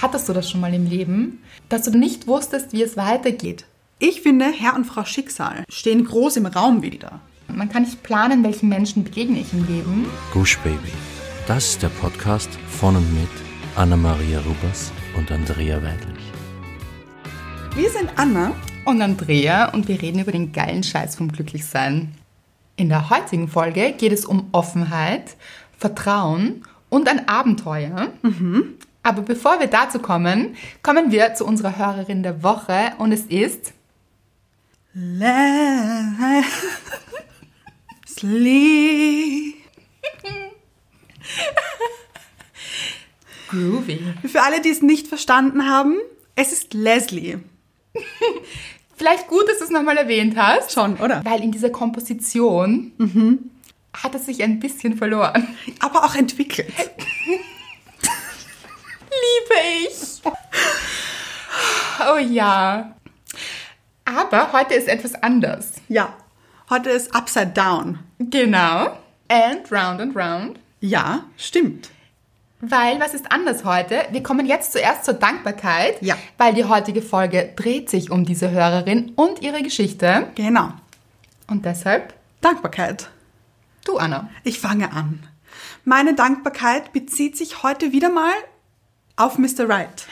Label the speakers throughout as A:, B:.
A: hattest du das schon mal im Leben, dass du nicht wusstest, wie es weitergeht?
B: Ich finde, Herr und Frau Schicksal stehen groß im Raum wieder.
A: Man kann nicht planen, welchen Menschen begegne ich im Leben.
C: Gush Baby. Das ist der Podcast von und mit Anna-Maria Rubers und Andrea Weidlich.
B: Wir sind Anna.
A: Und Andrea und wir reden über den geilen Scheiß vom Glücklichsein. In der heutigen Folge geht es um Offenheit, Vertrauen und ein Abenteuer. Mhm. Aber bevor wir dazu kommen, kommen wir zu unserer Hörerin der Woche und es ist
B: Le- Sleep.
A: Groovy.
B: Für alle, die es nicht verstanden haben, es ist Leslie.
A: Vielleicht gut, dass du es nochmal erwähnt hast,
B: Schon, oder?
A: weil in dieser Komposition hat es sich ein bisschen verloren.
B: Aber auch entwickelt.
A: Liebe ich. Oh ja. Aber heute ist etwas anders.
B: Ja. Heute ist Upside Down.
A: Genau. And round and round.
B: Ja, stimmt.
A: Weil, was ist anders heute? Wir kommen jetzt zuerst zur Dankbarkeit,
B: Ja.
A: weil die heutige Folge dreht sich um diese Hörerin und ihre Geschichte.
B: Genau.
A: Und deshalb
B: Dankbarkeit.
A: du, Anna.
B: Ich fange an. Meine Dankbarkeit bezieht sich heute wieder mal auf Mr. Right.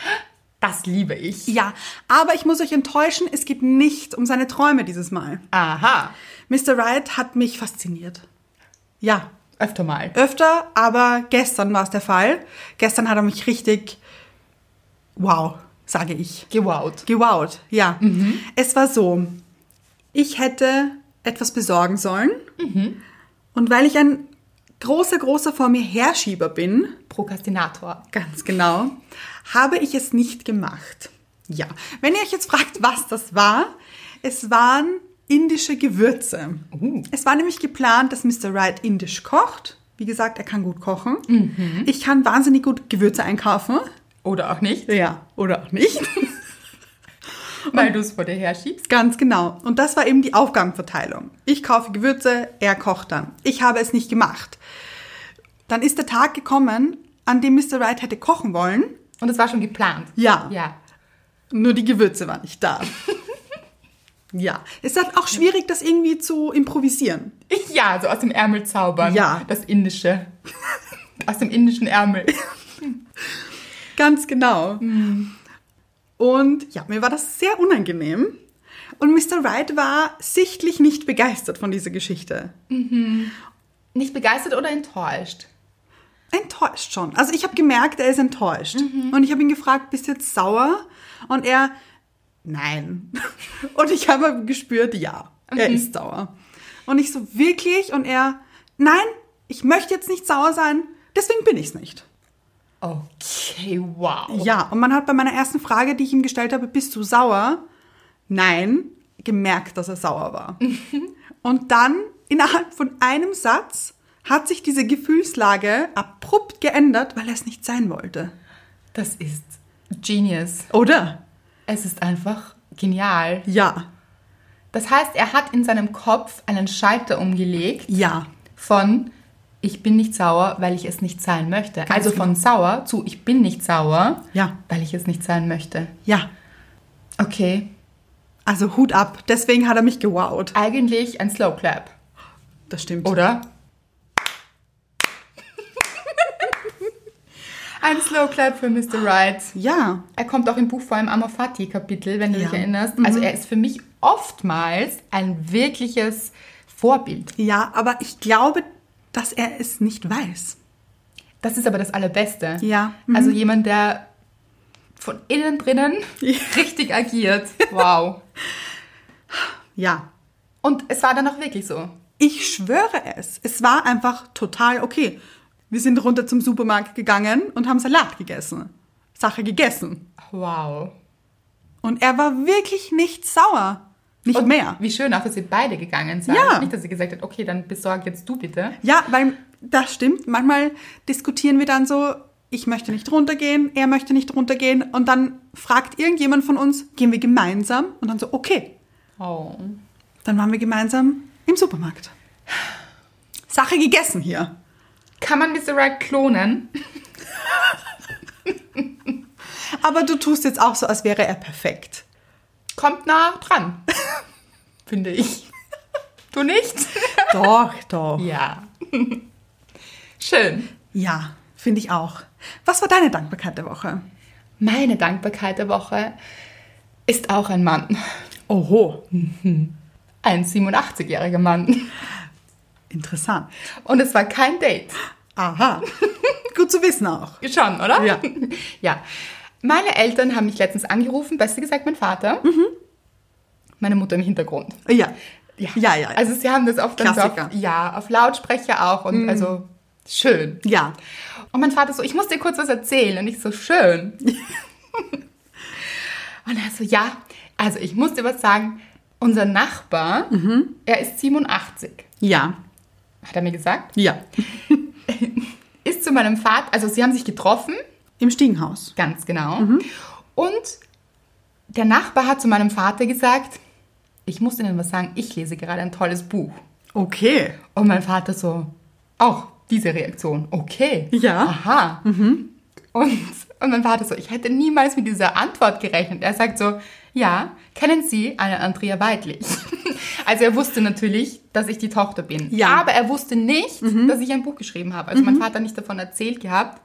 A: Das liebe ich.
B: Ja, aber ich muss euch enttäuschen, es geht nicht um seine Träume dieses Mal.
A: Aha.
B: Mr. Right hat mich fasziniert. Ja,
A: Öfter mal.
B: öfter, aber gestern war es der Fall. Gestern hat er mich richtig, wow, sage ich,
A: Gewowt.
B: gewowt. Ja, es war so, ich hätte etwas besorgen sollen und weil ich ein großer, großer vor mir Herschieber bin,
A: Prokrastinator.
B: Ganz genau. Habe ich es nicht gemacht. Ja. Wenn ihr euch jetzt fragt, was das war, es waren indische Gewürze. Es war nämlich geplant, dass Mr. Wright indisch kocht. Wie gesagt, er kann gut kochen. Ich kann wahnsinnig gut Gewürze einkaufen.
A: Oder auch nicht,
B: Ja, oder auch nicht.
A: weil du es vor dir herschiebst.
B: Ganz genau. Und das war eben die Aufgabenverteilung. Ich kaufe Gewürze, er kocht dann. Ich habe es nicht gemacht. Dann ist der Tag gekommen, an dem Mr. Wright hätte kochen wollen.
A: Und es war schon geplant.
B: Ja.
A: Ja.
B: Nur die Gewürze waren nicht da. ja. Es ist halt auch schwierig, das irgendwie zu improvisieren.
A: Ja, so aus dem Ärmel zaubern.
B: Ja.
A: Das Indische. aus dem indischen Ärmel.
B: Ganz genau. Und ja, mir war das sehr unangenehm. Und Mr. Wright war sichtlich nicht begeistert von dieser Geschichte.
A: Nicht begeistert oder enttäuscht?
B: Enttäuscht schon. Also ich habe gemerkt, er ist enttäuscht. Und ich habe ihn gefragt, bist du jetzt sauer? Und er, nein. Und ich habe gespürt, ja, er ist sauer. Und ich so, wirklich? Und er, nein, ich möchte jetzt nicht sauer sein, deswegen bin ich es nicht.
A: Okay, wow.
B: Ja, und man hat bei meiner ersten Frage, die ich ihm gestellt habe, bist du sauer? Nein, gemerkt, dass er sauer war. und dann, innerhalb von einem Satz, hat sich diese Gefühlslage abrupt geändert, weil er es nicht sein wollte.
A: Das ist genius.
B: Oder?
A: Es ist einfach genial.
B: Ja,
A: Das heißt, er hat in seinem Kopf einen Schalter umgelegt
B: ja,
A: von ich bin nicht sauer, weil ich es nicht sein möchte. also von sauer zu ich bin nicht sauer,
B: genau. Ja.
A: weil ich es nicht sein möchte.
B: ja.
A: Okay.
B: Also Hut ab, deswegen hat er mich gewowt.
A: Eigentlich ein Slow Clap,
B: Das stimmt.
A: oder? ein Slow Clap für Mr. Wright.
B: Ja,
A: Er kommt auch im Buch vor allem Amorfati Kapitel, wenn du
B: Ja. Mhm.
A: dich erinnerst. Also er ist für mich oftmals ein wirkliches Vorbild.
B: ja, aber ich glaube, dass er es nicht weiß.
A: Das ist aber das Allerbeste.
B: Ja. Mhm.
A: Also jemand, der von innen drinnen richtig agiert. Wow.
B: Ja,
A: Und es war dann auch wirklich so.
B: Ich schwöre es. Es war einfach total okay. Wir sind runter zum Supermarkt gegangen und haben Salat gegessen. Sache gegessen.
A: Wow.
B: Und er war wirklich nicht sauer. Nicht
A: Und
B: mehr.
A: Wie schön auch, dass sie beide gegangen sind.
B: Ja.
A: Nicht, dass sie gesagt hat, okay, dann besorg jetzt du bitte.
B: Ja, weil das stimmt. Manchmal diskutieren wir dann so, ich möchte nicht runtergehen, er möchte nicht runtergehen. Und dann fragt irgendjemand von uns, gehen wir gemeinsam? Und dann so, okay.
A: Oh.
B: Dann waren wir gemeinsam im Supermarkt. Sache gegessen hier.
A: Kann man Mr. Right klonen?
B: Aber du tust jetzt auch so, als wäre er perfekt.
A: Kommt nah dran. Finde ich. Du nicht?
B: Doch, doch.
A: Ja. Schön.
B: Ja, finde ich auch. Was war deine Dankbarkeit der Woche?
A: Meine Dankbarkeit der Woche ist auch ein Mann. Mhm.
B: Oho,
A: Ein 87-jähriger Mann.
B: interessant.
A: Und es war kein Date.
B: Aha, gut zu wissen auch.
A: Schon, oder?
B: Ja.
A: ja. Meine Eltern haben mich letztens angerufen, besser gesagt mein Vater. Meine Mutter im Hintergrund.
B: Ja, ja, ja. ja.
A: Also sie haben das oft dann so auf,
B: Klassiker. Mhm.
A: ja, auf Lautsprecher auch und also schön.
B: ja.
A: Und mein Vater so, ich muss dir kurz was erzählen. Und ich so, schön. und er so, ja, also ich muss dir was sagen. Unser Nachbar,
B: Mhm.
A: er ist 87,
B: ja,
A: hat er mir gesagt,
B: ja.
A: ist zu meinem Vater, also sie haben sich getroffen,
B: Im Stiegenhaus.
A: ganz genau.
B: Mhm.
A: Und der Nachbar hat zu meinem Vater gesagt, ich muss Ihnen was sagen, ich lese gerade ein tolles Buch.
B: Okay.
A: Und mein Vater so, auch diese Reaktion, okay.
B: Ja.
A: Aha.
B: Mhm.
A: Und, und mein Vater so, ich hätte niemals mit dieser Antwort gerechnet. Er sagt so, ja, kennen Sie eine Andrea Weidlich? Also er wusste natürlich, dass ich die Tochter bin.
B: Ja. Mhm.
A: Aber er wusste nicht, dass ich ein Buch geschrieben habe. Also mein Vater hat nicht davon erzählt gehabt.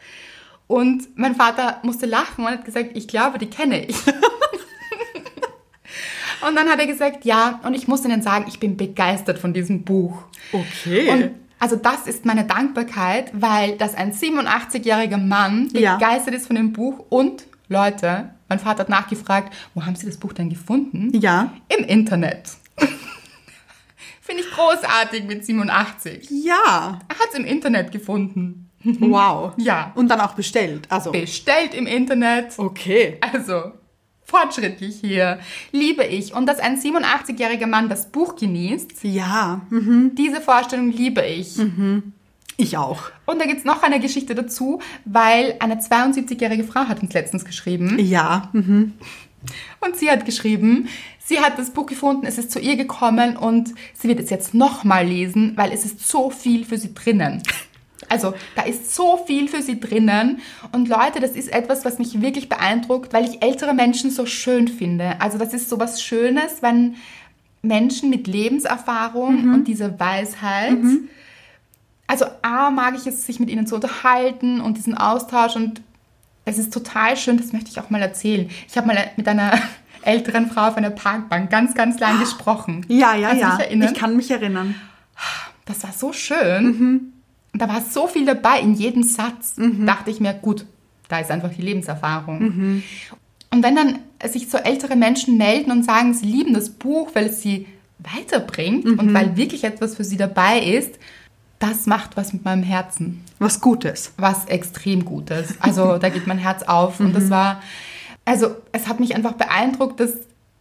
A: Und mein Vater musste lachen und hat gesagt, ich glaube, die kenne ich. und dann hat er gesagt, ja, und ich muss Ihnen sagen, ich bin begeistert von diesem Buch.
B: Okay.
A: Und also das ist meine Dankbarkeit, weil dass ein 87-jähriger Mann
B: Ja.
A: begeistert ist von dem Buch und Leute, mein Vater hat nachgefragt, wo haben Sie das Buch denn gefunden?
B: ja.
A: Im Internet. Finde ich großartig mit 87.
B: Ja.
A: Er hat es im Internet gefunden.
B: Wow.
A: Ja.
B: Und dann auch bestellt. Also.
A: Bestellt im Internet.
B: Okay.
A: Also fortschrittlich hier. Liebe ich. Und dass ein 87-jähriger Mann das Buch genießt,
B: Ja, hm,
A: diese Vorstellung liebe ich.
B: ich auch.
A: Und da gibt's noch eine Geschichte dazu, weil eine 72-jährige Frau hat uns letztens geschrieben.
B: Ja, hm,
A: Und sie hat geschrieben, sie hat das Buch gefunden, es ist zu ihr gekommen und sie wird es jetzt nochmal lesen, weil es ist so viel für sie drinnen. Also da ist so viel für sie drinnen. Und Leute, das ist etwas, was mich wirklich beeindruckt, weil ich ältere Menschen so schön finde. Also das ist so was Schönes, wenn Menschen mit Lebenserfahrung und dieser Weisheit. Also A, mag ich es, sich mit ihnen zu unterhalten und diesen Austausch und es ist total schön, das möchte ich auch mal erzählen. Ich habe mal mit einer älteren Frau auf einer Parkbank ganz, ganz lang gesprochen.
B: Ah. ja, ja,
A: Kannst du
B: ja.
A: dich erinnern?
B: Ich kann mich erinnern.
A: Das war so schön.
B: Mhm.
A: Und da war so viel dabei in jedem Satz. Dachte ich mir, gut, da ist einfach die Lebenserfahrung.
B: Mhm.
A: Und wenn dann sich so ältere Menschen melden und sagen, sie lieben das Buch, weil es sie weiterbringt
B: Mhm.
A: und weil wirklich etwas für sie dabei ist, das macht was mit meinem Herzen
B: Was Gutes.
A: was extrem Gutes. Also da geht mein Herz auf und
B: Mhm.
A: das war, also es hat mich einfach beeindruckt, dass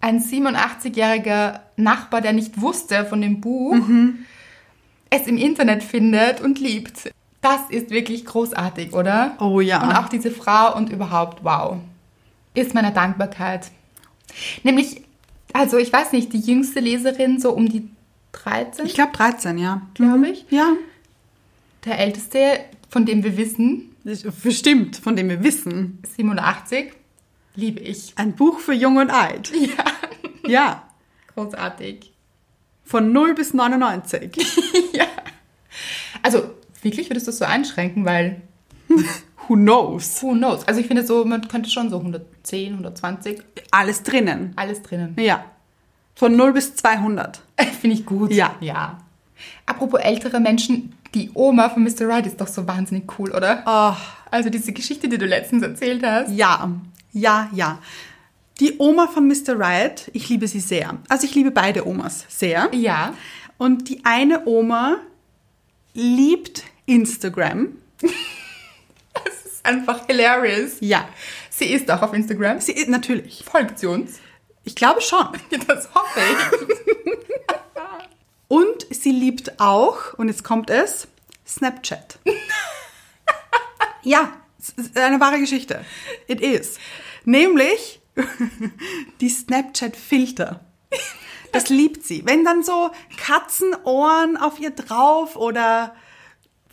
A: ein 87-jähriger Nachbar, der nicht wusste von dem Buch,
B: Mhm.
A: es im Internet findet und liebt. Das ist wirklich großartig, oder?
B: Oh ja.
A: Und auch diese Frau und überhaupt, wow. Ist meiner Dankbarkeit. Nämlich, also ich weiß nicht, die jüngste Leserin, so um die 13,
B: Ich mhm. glaube 13, ja.
A: glaube ich.
B: Ja.
A: Der älteste, von dem wir wissen,
B: Das ist Bestimmt, von dem wir wissen.
A: 87 liebe ich.
B: Ein Buch für Jung und Alt. Ja. Ja.
A: Großartig.
B: Von 0 bis 99.
A: Also wirklich würdest du es so einschränken, weil
B: Who knows?
A: who knows? Also ich finde so, man könnte schon so 110, 120,
B: Alles drinnen.
A: alles drinnen.
B: Ja. Von 0 bis 200.
A: finde ich gut.
B: Ja.
A: Ja. Apropos ältere Menschen, die Oma von Mr. Right ist doch so wahnsinnig cool, oder?
B: Oh,
A: Also diese Geschichte, die du letztens erzählt hast.
B: ja. Ja, ja. Die Oma von Mr. Riot, ich liebe sie sehr. Also ich liebe beide Omas sehr.
A: Ja.
B: Und die eine Oma liebt Instagram.
A: Das ist einfach hilarious.
B: Ja.
A: Sie ist auch auf Instagram. Sie
B: Sie, natürlich.
A: folgt sie uns.
B: Ich glaube schon.
A: Das hoffe ich.
B: Und sie liebt auch, und jetzt kommt es, Snapchat. ja, es ist eine wahre Geschichte. It is. Nämlich die Snapchat-Filter. Das liebt sie. Wenn dann so Katzenohren auf ihr drauf oder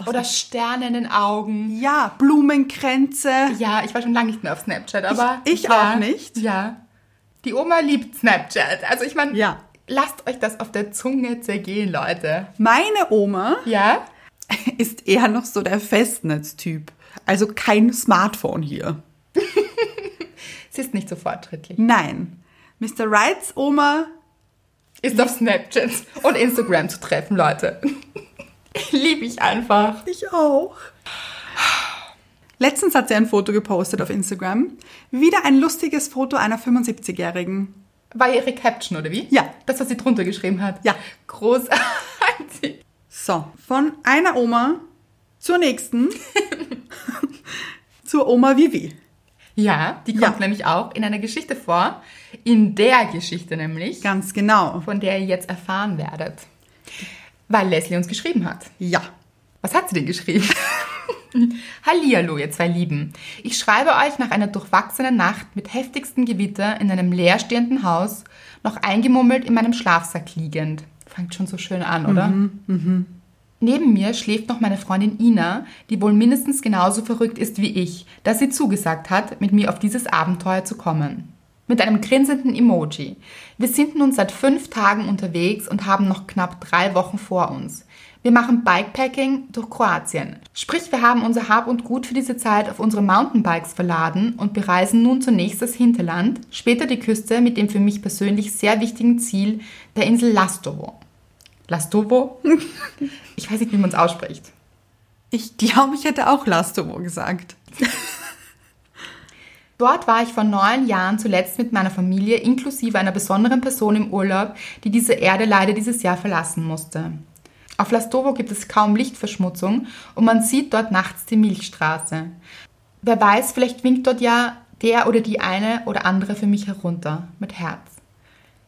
A: Oder Sterne in den Augen.
B: Ja, Blumenkränze.
A: Ja, ich war schon lange nicht mehr auf Snapchat, aber.
B: ich
A: ja,
B: auch nicht.
A: Ja. Die Oma liebt Snapchat. Also ich meine,
B: Ja.
A: lasst euch das auf der Zunge zergehen, Leute.
B: Meine Oma
A: Ja?
B: ist eher noch so der Festnetztyp. Also kein Smartphone hier.
A: Sie ist nicht so fortschrittlich.
B: Nein. Mr. Wrights Oma
A: Ist auf Snapchat und Instagram zu treffen, Leute. Liebe ich einfach.
B: Ich auch. Letztens hat sie ein Foto gepostet auf Instagram. Wieder ein lustiges Foto einer 75-Jährigen.
A: War ihre Caption, oder wie?
B: Ja.
A: Das, was sie drunter geschrieben hat.
B: Ja.
A: Großartig.
B: So, von einer Oma zur nächsten. zur Oma Vivi.
A: Ja, die kommt
B: Ja.
A: nämlich auch in einer Geschichte vor. In der Geschichte nämlich,
B: Ganz genau.
A: von der ihr jetzt erfahren werdet. Weil Leslie uns geschrieben hat.
B: Ja.
A: Was hat sie denn geschrieben? Hallihallo, ihr zwei Lieben. Ich schreibe euch nach einer durchwachsenen Nacht mit heftigstem Gewitter in einem leerstehenden Haus, noch eingemummelt in meinem Schlafsack liegend. Fängt schon so schön an, oder? Neben mir schläft noch meine Freundin Ina, die wohl mindestens genauso verrückt ist wie ich, dass sie zugesagt hat, mit mir auf dieses Abenteuer zu kommen. Mit einem grinsenden Emoji. Wir sind nun seit fünf Tagen unterwegs und haben noch knapp drei Wochen vor uns. Wir machen Bikepacking durch Kroatien. Sprich, wir haben unser Hab und Gut für diese Zeit auf unsere Mountainbikes verladen und bereisen nun zunächst das Hinterland, später die Küste mit dem für mich persönlich sehr wichtigen Ziel der Insel Lastovo. Lastovo? Ich weiß nicht, wie man es ausspricht.
B: Ich glaube, ich hätte auch Lastovo gesagt.
A: Dort war ich vor neun Jahren zuletzt mit meiner Familie inklusive einer besonderen Person im Urlaub, die diese Erde leider dieses Jahr verlassen musste. Auf Lastovo gibt es kaum Lichtverschmutzung und man sieht dort nachts die Milchstraße. Wer weiß, vielleicht winkt dort ja der oder die eine oder andere für mich herunter mit Herz.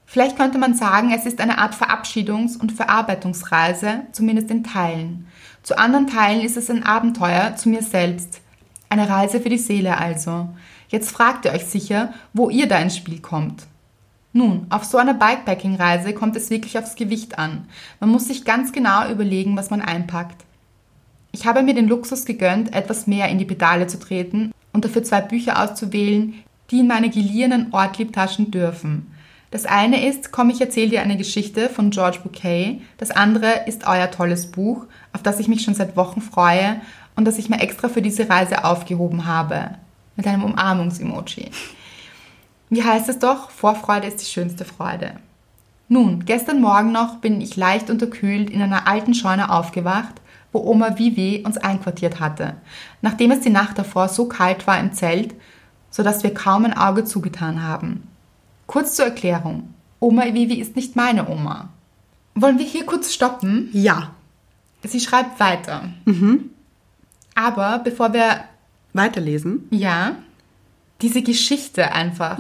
A: Vielleicht könnte man sagen, es ist eine Art Verabschiedungs- und Verarbeitungsreise, zumindest in Teilen. Zu anderen Teilen ist es ein Abenteuer zu mir selbst. Eine Reise für die Seele also. Jetzt fragt ihr euch sicher, wo ihr da ins Spiel kommt. Nun, auf so einer Bikepacking-Reise kommt es wirklich aufs Gewicht an. Man muss sich ganz genau überlegen, was man einpackt. Ich habe mir den Luxus gegönnt, etwas mehr in die Pedale zu treten und dafür zwei Bücher auszuwählen, die in meine geliehenen Ortliebtaschen dürfen. Das eine ist Komm, ich erzähle dir eine Geschichte von George Bouquet. Das andere ist euer tolles Buch, auf das ich mich schon seit Wochen freue und das ich mir extra für diese Reise aufgehoben habe. Mit einem Umarmungs-Emoji. Wie heißt es doch? Vorfreude ist die schönste Freude. Nun, gestern Morgen noch bin ich leicht unterkühlt in einer alten Scheune aufgewacht, wo Oma Vivi uns einquartiert hatte, nachdem es die Nacht davor so kalt war im Zelt, so dass wir kaum ein Auge zugetan haben. Kurz zur Erklärung. Oma Vivi ist nicht meine Oma. Wollen wir hier kurz stoppen?
B: Ja.
A: Sie schreibt weiter. Aber bevor wir
B: Weiterlesen.
A: ja, diese Geschichte einfach.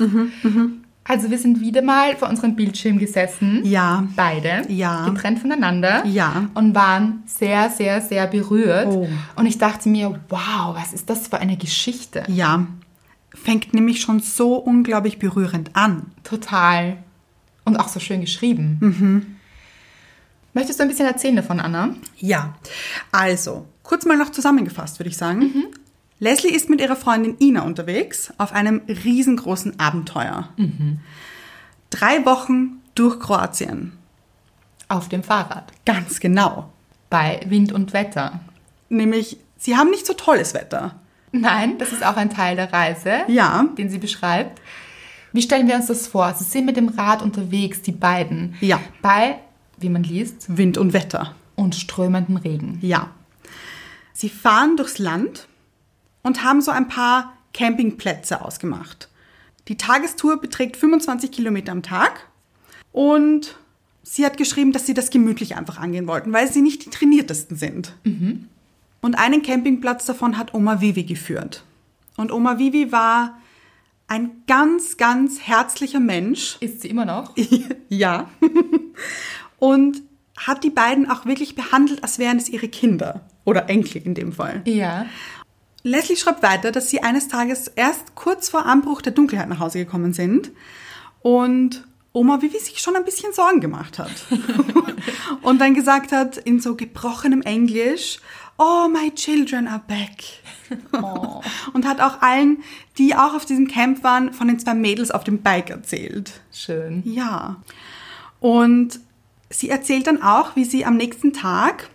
A: Also wir sind wieder mal vor unserem Bildschirm gesessen.
B: Ja.
A: Beide.
B: Ja.
A: Getrennt voneinander.
B: Ja.
A: Und waren sehr, sehr, sehr berührt.
B: Oh.
A: Und ich dachte mir, wow, was ist das für eine Geschichte?
B: Ja. Fängt nämlich schon so unglaublich berührend an.
A: Total. Und auch so schön geschrieben.
B: Mhm.
A: Möchtest du ein bisschen erzählen davon, Anna?
B: Ja. Also, kurz mal noch zusammengefasst, würde ich sagen. Leslie ist mit ihrer Freundin Ina unterwegs auf einem riesengroßen Abenteuer. Drei Wochen durch Kroatien.
A: Auf dem Fahrrad.
B: Ganz genau.
A: Bei Wind und Wetter.
B: Nämlich, sie haben nicht so tolles Wetter.
A: Nein, das ist auch ein Teil der Reise,
B: Ja.
A: den sie beschreibt. Wie stellen wir uns das vor? Sie sind mit dem Rad unterwegs, die beiden.
B: Ja.
A: Bei, wie man liest,
B: Wind und Wetter.
A: und strömenden Regen.
B: Ja. Sie fahren durchs Land und haben so ein paar Campingplätze ausgemacht. Die Tagestour beträgt 25 Kilometer am Tag und sie hat geschrieben, dass sie das gemütlich einfach angehen wollten, weil sie nicht die trainiertesten sind. Und einen Campingplatz davon hat Oma Vivi geführt. Und Oma Vivi war ein ganz, ganz herzlicher Mensch.
A: Ist sie immer noch?
B: Ja. Und hat die beiden auch wirklich behandelt, als wären es ihre Kinder oder Enkel in dem Fall.
A: Ja.
B: Leslie schreibt weiter, dass sie eines Tages erst kurz vor Anbruch der Dunkelheit nach Hause gekommen sind und Oma Vivi sich schon ein bisschen Sorgen gemacht hat. und dann gesagt hat in so gebrochenem Englisch, Oh, my children are back. Und hat auch allen, die auch auf diesem Camp waren, von den zwei Mädels auf dem Bike erzählt.
A: Schön.
B: Ja. Und sie erzählt dann auch, wie sie am nächsten Tag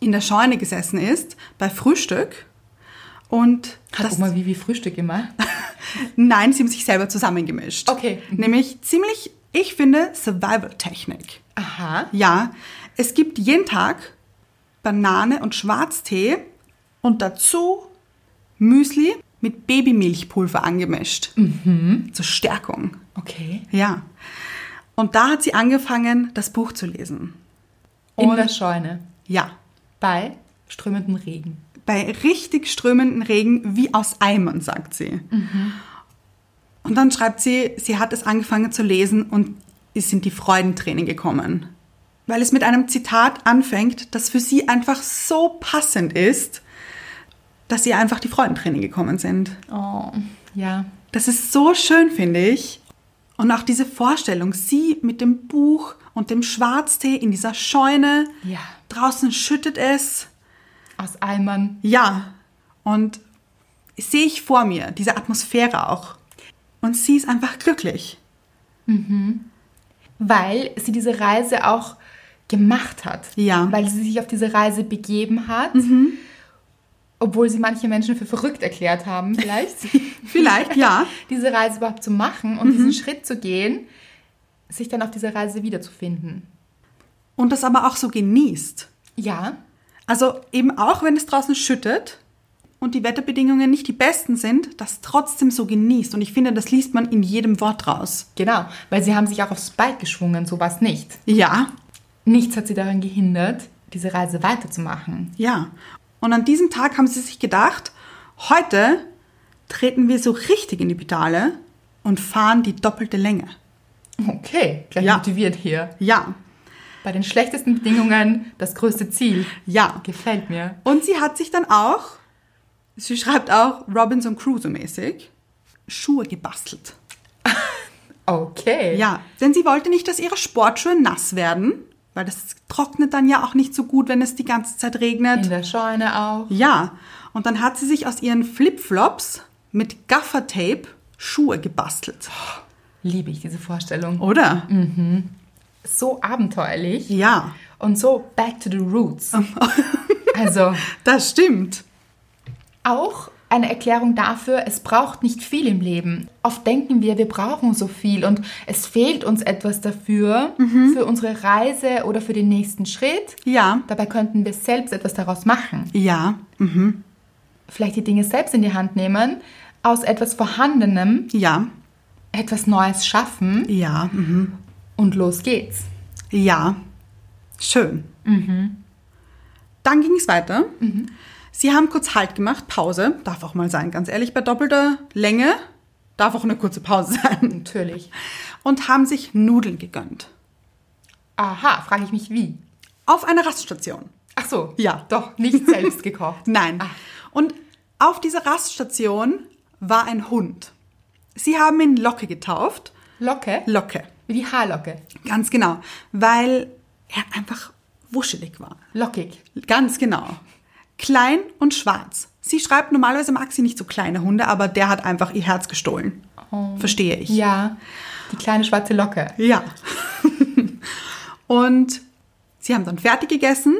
B: in der Scheune gesessen ist, bei Frühstück. Und
A: Hat
B: das,
A: Oma Vivi Frühstück gemacht?
B: nein, sie haben sich selber zusammengemischt.
A: Okay. Mhm.
B: Nämlich ziemlich, ich finde, Survival-Technik.
A: Aha.
B: Ja, es gibt jeden Tag Banane und Schwarztee und dazu Müsli mit Babymilchpulver angemischt.
A: Mhm.
B: Zur Stärkung.
A: Okay.
B: Ja. Und da hat sie angefangen, das Buch zu lesen.
A: In
B: Und-
A: der Scheune.
B: Ja.
A: Bei strömendem Regen.
B: Bei richtig strömenden Regen wie aus Eimern, sagt sie. Und dann schreibt sie, sie hat es angefangen zu lesen und es sind die Freudentränen gekommen. Weil es mit einem Zitat anfängt, das für sie einfach so passend ist, dass ihr einfach die Freudentränen gekommen sind.
A: Oh. Ja.
B: Das ist so schön, finde ich. Und auch diese Vorstellung, sie mit dem Buch und dem Schwarztee in dieser Scheune.
A: Ja.
B: Draußen schüttet es.
A: Aus Eimern.
B: Ja. Und sehe ich vor mir, diese Atmosphäre auch. Und sie ist einfach glücklich.
A: Weil sie diese Reise auch gemacht hat.
B: Ja. Mhm.
A: Weil sie sich auf diese Reise begeben hat. Obwohl sie manche Menschen für verrückt erklärt haben, vielleicht.
B: Vielleicht, ja. Mhm.
A: diese Reise überhaupt zu machen und diesen Schritt zu gehen, sich dann auf dieser Reise wiederzufinden.
B: Und das aber auch so genießt.
A: Ja,
B: Also eben auch, wenn es draußen schüttet und die Wetterbedingungen nicht die besten sind, das trotzdem so genießt. Und ich finde, das liest man in jedem Wort raus.
A: genau, weil sie haben sich auch aufs Bike geschwungen, sowas nicht.
B: Ja,
A: Nichts hat sie daran gehindert, diese Reise weiterzumachen.
B: Ja. Und an diesem Tag haben sie sich gedacht, heute treten wir so richtig in die Pedale und fahren die doppelte Länge.
A: Okay, gleich
B: Ja.
A: motiviert hier.
B: Ja,
A: Bei den schlechtesten Bedingungen das größte Ziel.
B: ja.
A: Gefällt mir.
B: Und sie hat sich dann auch, sie schreibt auch Robinson Crusoe mäßig, Schuhe gebastelt.
A: Okay.
B: Ja, denn sie wollte nicht, dass ihre Sportschuhe nass werden, weil das trocknet dann ja auch nicht so gut, wenn es die ganze Zeit regnet.
A: In der Scheune auch.
B: Ja, und dann hat sie sich aus ihren Flipflops mit Gaffertape Schuhe gebastelt.
A: Liebe ich diese Vorstellung.
B: Oder?
A: So abenteuerlich
B: Ja. Oh.
A: und so back to the roots. also,
B: Das stimmt.
A: Auch eine Erklärung dafür, es braucht nicht viel im Leben. Oft denken wir, wir brauchen so viel und es fehlt uns etwas dafür,
B: Mhm.
A: für unsere Reise oder für den nächsten Schritt.
B: Ja.
A: Dabei könnten wir selbst etwas daraus machen.
B: Ja.
A: Vielleicht die Dinge selbst in die Hand nehmen, aus etwas Vorhandenem
B: Ja.
A: etwas Neues schaffen
B: Ja. Mhm.
A: und los geht's.
B: Ja. Schön. Dann ging es weiter. Sie haben kurz Halt gemacht, Pause. Darf auch mal sein, ganz ehrlich, bei doppelter Länge darf auch eine kurze Pause sein.
A: Natürlich.
B: Und haben sich Nudeln gegönnt.
A: Aha, frage ich mich wie.
B: Auf einer Raststation.
A: Ach so.
B: Ja.
A: Doch, nicht selbst gekocht. Ah.
B: Nein.
A: Ach.
B: Und auf dieser Raststation war ein Hund. Sie haben ihn Locke getauft.
A: Locke?
B: Locke.
A: Wie die Haarlocke.
B: Ganz genau. Weil er einfach wuschelig war.
A: Lockig.
B: Ganz genau. Klein und schwarz. Sie schreibt, normalerweise mag sie nicht so kleine Hunde, aber der hat einfach ihr Herz gestohlen. Verstehe ich.
A: Ähm, Ja. Die kleine schwarze Locke.
B: Ja. und sie haben dann fertig gegessen,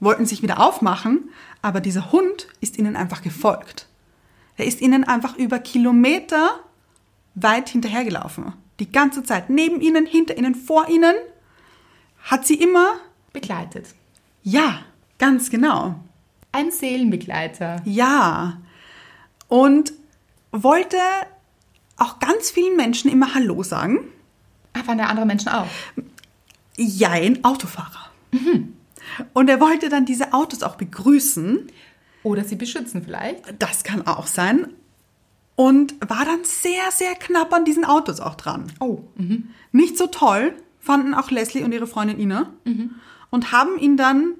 B: wollten sich wieder aufmachen, aber dieser Hund ist ihnen einfach gefolgt. Er ist ihnen einfach über Kilometer weit hinterhergelaufen. Die ganze Zeit. Neben ihnen, hinter ihnen, vor ihnen. Hat sie immer.
A: Begleitet.
B: Ja, ganz genau.
A: Ein Seelenbegleiter.
B: Ja. Und wollte auch ganz vielen Menschen immer Hallo sagen.
A: Ah, waren da andere Menschen auch?
B: Jein, Autofahrer. Mhm. Und er wollte dann diese Autos auch begrüßen.
A: Oder sie beschützen vielleicht?
B: Das kann auch sein. Und war dann sehr, sehr knapp an diesen Autos auch dran.
A: Oh, mhm.
B: Nicht so toll fanden auch Leslie und ihre Freundin Ina
A: Mhm.
B: und haben ihn dann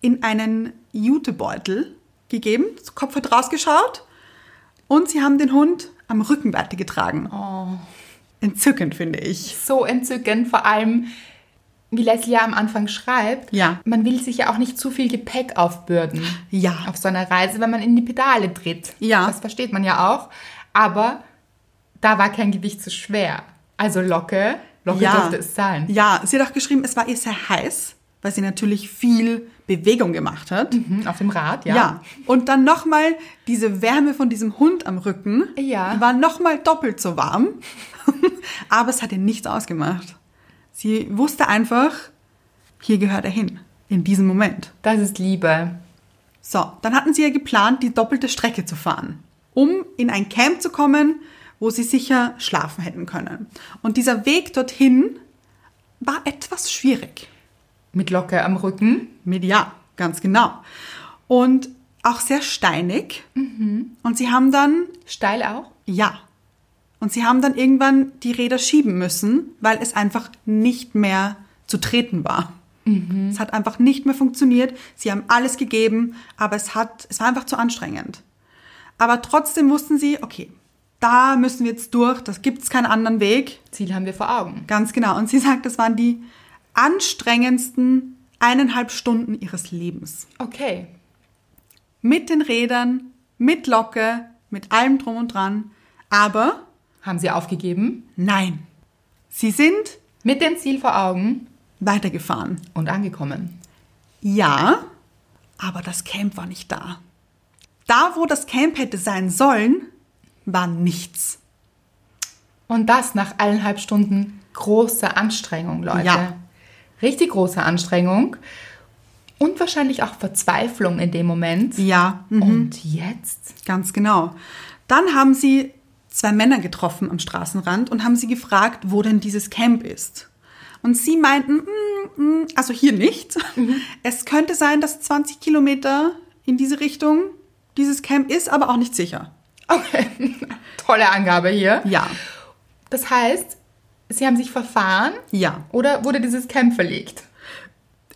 B: in einen Jutebeutel gegeben. Das Kopf hat rausgeschaut und sie haben den Hund am Rücken weitergetragen.
A: oh.
B: entzückend, finde ich.
A: so entzückend, vor allem, wie Leslie ja am Anfang schreibt,
B: Ja.
A: man will sich ja auch nicht zu viel Gepäck aufbürden
B: Ja.
A: auf so einer Reise, wenn man in die Pedale tritt.
B: Ja.
A: Das versteht man ja auch. Aber da war kein Gewicht zu schwer. Also Locke, Locke durfte es sein.
B: Ja, sie hat auch geschrieben, es war ihr sehr heiß, weil sie natürlich viel Bewegung gemacht hat.
A: Mhm, auf dem Rad, ja.
B: Ja. Und dann nochmal diese Wärme von diesem Hund am Rücken
A: Ja.
B: war nochmal doppelt so warm. Aber es hat ihr nichts ausgemacht. Sie wusste einfach, hier gehört er hin. In diesem Moment.
A: Das ist Liebe.
B: So, dann hatten sie ja geplant, die doppelte Strecke zu fahren, um in ein Camp zu kommen, wo sie sicher schlafen hätten können. Und dieser Weg dorthin war etwas schwierig.
A: Mit Locke am Rücken.
B: Mit ja, ganz genau. Und auch sehr steinig. Und sie haben dann,
A: Steil auch.
B: ja, und sie haben dann irgendwann die Räder schieben müssen, weil es einfach nicht mehr zu treten war. Es hat einfach nicht mehr funktioniert. Sie haben alles gegeben, aber es hat, es war einfach zu anstrengend. Aber trotzdem wussten sie, okay, da müssen wir jetzt durch, das gibt's keinen anderen Weg.
A: Ziel haben wir vor Augen.
B: Ganz genau. Und sie sagt, das waren die anstrengendsten eineinhalb Stunden ihres Lebens.
A: Okay.
B: Mit den Rädern, mit Locke, mit allem drum und dran. Aber
A: Haben sie aufgegeben.
B: nein, sie sind
A: Mit dem Ziel vor Augen
B: weitergefahren.
A: und angekommen.
B: Ja, aber das Camp war nicht da. Da, wo das Camp hätte sein sollen, war nichts.
A: Und das nach eineinhalb Stunden großer Anstrengung, Leute.
B: Ja.
A: Richtig große Anstrengung. Und wahrscheinlich auch Verzweiflung in dem Moment.
B: Ja, mhm,
A: Und jetzt?
B: ganz genau. Dann haben sie zwei Männer getroffen am Straßenrand und haben sie gefragt, wo denn dieses Camp ist. Und sie meinten, "Mm, mm, also hier nicht. Es könnte sein, dass 20 Kilometer in diese Richtung dieses Camp ist, aber auch nicht sicher.
A: Okay. Tolle Angabe hier.
B: Ja,
A: Das heißt, sie haben sich verfahren
B: ja.
A: oder wurde dieses Camp verlegt?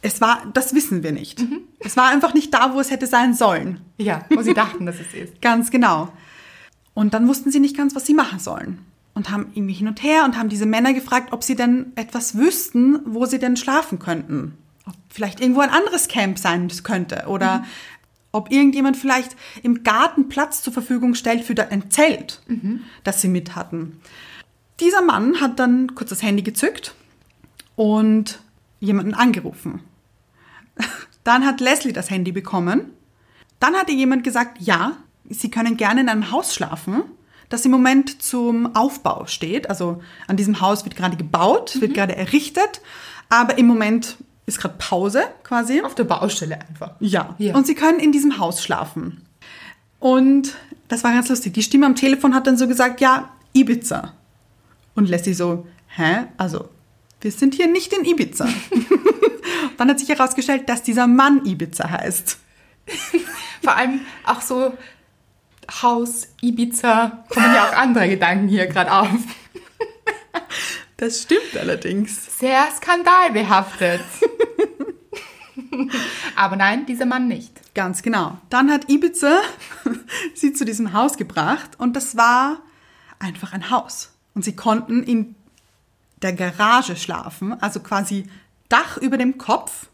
B: Es war, das wissen wir nicht. Es war einfach nicht da, wo es hätte sein sollen.
A: Ja, wo sie dachten, dass es ist.
B: Ganz genau. Und dann wussten sie nicht ganz, was sie machen sollen. Und haben irgendwie hin und her und haben diese Männer gefragt, ob sie denn etwas wüssten, wo sie denn schlafen könnten. Ob vielleicht irgendwo ein anderes Camp sein könnte oder ob irgendjemand vielleicht im Garten Platz zur Verfügung stellt für da- ein Zelt, das sie mit hatten. Dieser Mann hat dann kurz das Handy gezückt und jemanden angerufen. Dann hat Leslie das Handy bekommen. Dann hat ihr jemand gesagt, ja, sie können gerne in einem Haus schlafen, das im Moment zum Aufbau steht. Also an diesem Haus wird gerade gebaut, wird gerade errichtet, aber im Moment ist gerade Pause quasi.
A: Auf der Baustelle einfach.
B: Ja.
A: Ja.
B: Und sie können in diesem Haus schlafen. Und das war ganz lustig. Die Stimme am Telefon hat dann so gesagt, ja, Ibiza. Und Leslie so, hä? Also, wir sind hier nicht in Ibiza. dann hat sich herausgestellt, dass dieser Mann Ibiza heißt.
A: Vor allem auch so Haus, Ibiza, kommen ja auch andere Gedanken hier gerade auf.
B: Das stimmt allerdings.
A: Sehr skandalbehaftet. Aber nein, dieser Mann nicht.
B: Ganz genau. Dann hat Ibiza sie zu diesem Haus gebracht und das war einfach ein Haus. Und sie konnten in der Garage schlafen, also quasi Dach über dem Kopf.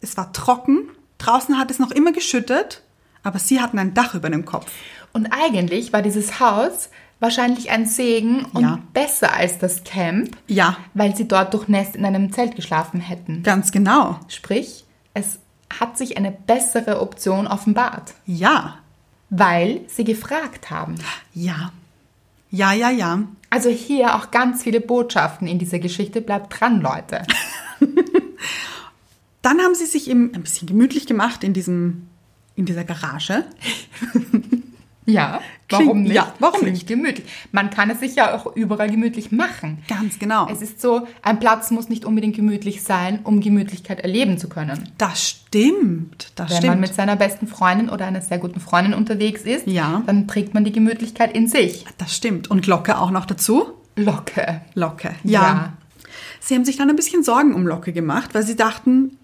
B: Es war trocken, draußen hat es noch immer geschüttet, aber sie hatten ein Dach über dem Kopf.
A: Und eigentlich war dieses Haus wahrscheinlich ein Segen und
B: Ja.
A: besser als das Camp,
B: Ja,
A: weil sie dort durchnässt in einem Zelt geschlafen hätten.
B: ganz genau.
A: Sprich, es hat sich eine bessere Option offenbart,
B: Ja,
A: weil sie gefragt haben.
B: ja, ja, ja, ja.
A: Also hier auch ganz viele Botschaften in dieser Geschichte. Bleibt dran, Leute.
B: Dann haben sie sich eben ein bisschen gemütlich gemacht in diesem, in dieser Garage.
A: Ja,
B: Klingt-
A: warum nicht?
B: ja, warum
A: Klingt gemütlich. Man kann es sich ja auch überall gemütlich machen.
B: Ganz genau.
A: Es ist so, ein Platz muss nicht unbedingt gemütlich sein, um Gemütlichkeit erleben zu können.
B: Das stimmt, das
A: Wenn
B: stimmt.
A: man mit seiner besten Freundin oder einer sehr guten Freundin unterwegs ist,
B: Ja.
A: dann trägt man die Gemütlichkeit in sich.
B: Das stimmt. Und Locke auch noch dazu?
A: Locke.
B: Locke. Ja.
A: Ja.
B: Sie haben sich dann ein bisschen Sorgen um Locke gemacht, weil sie dachten,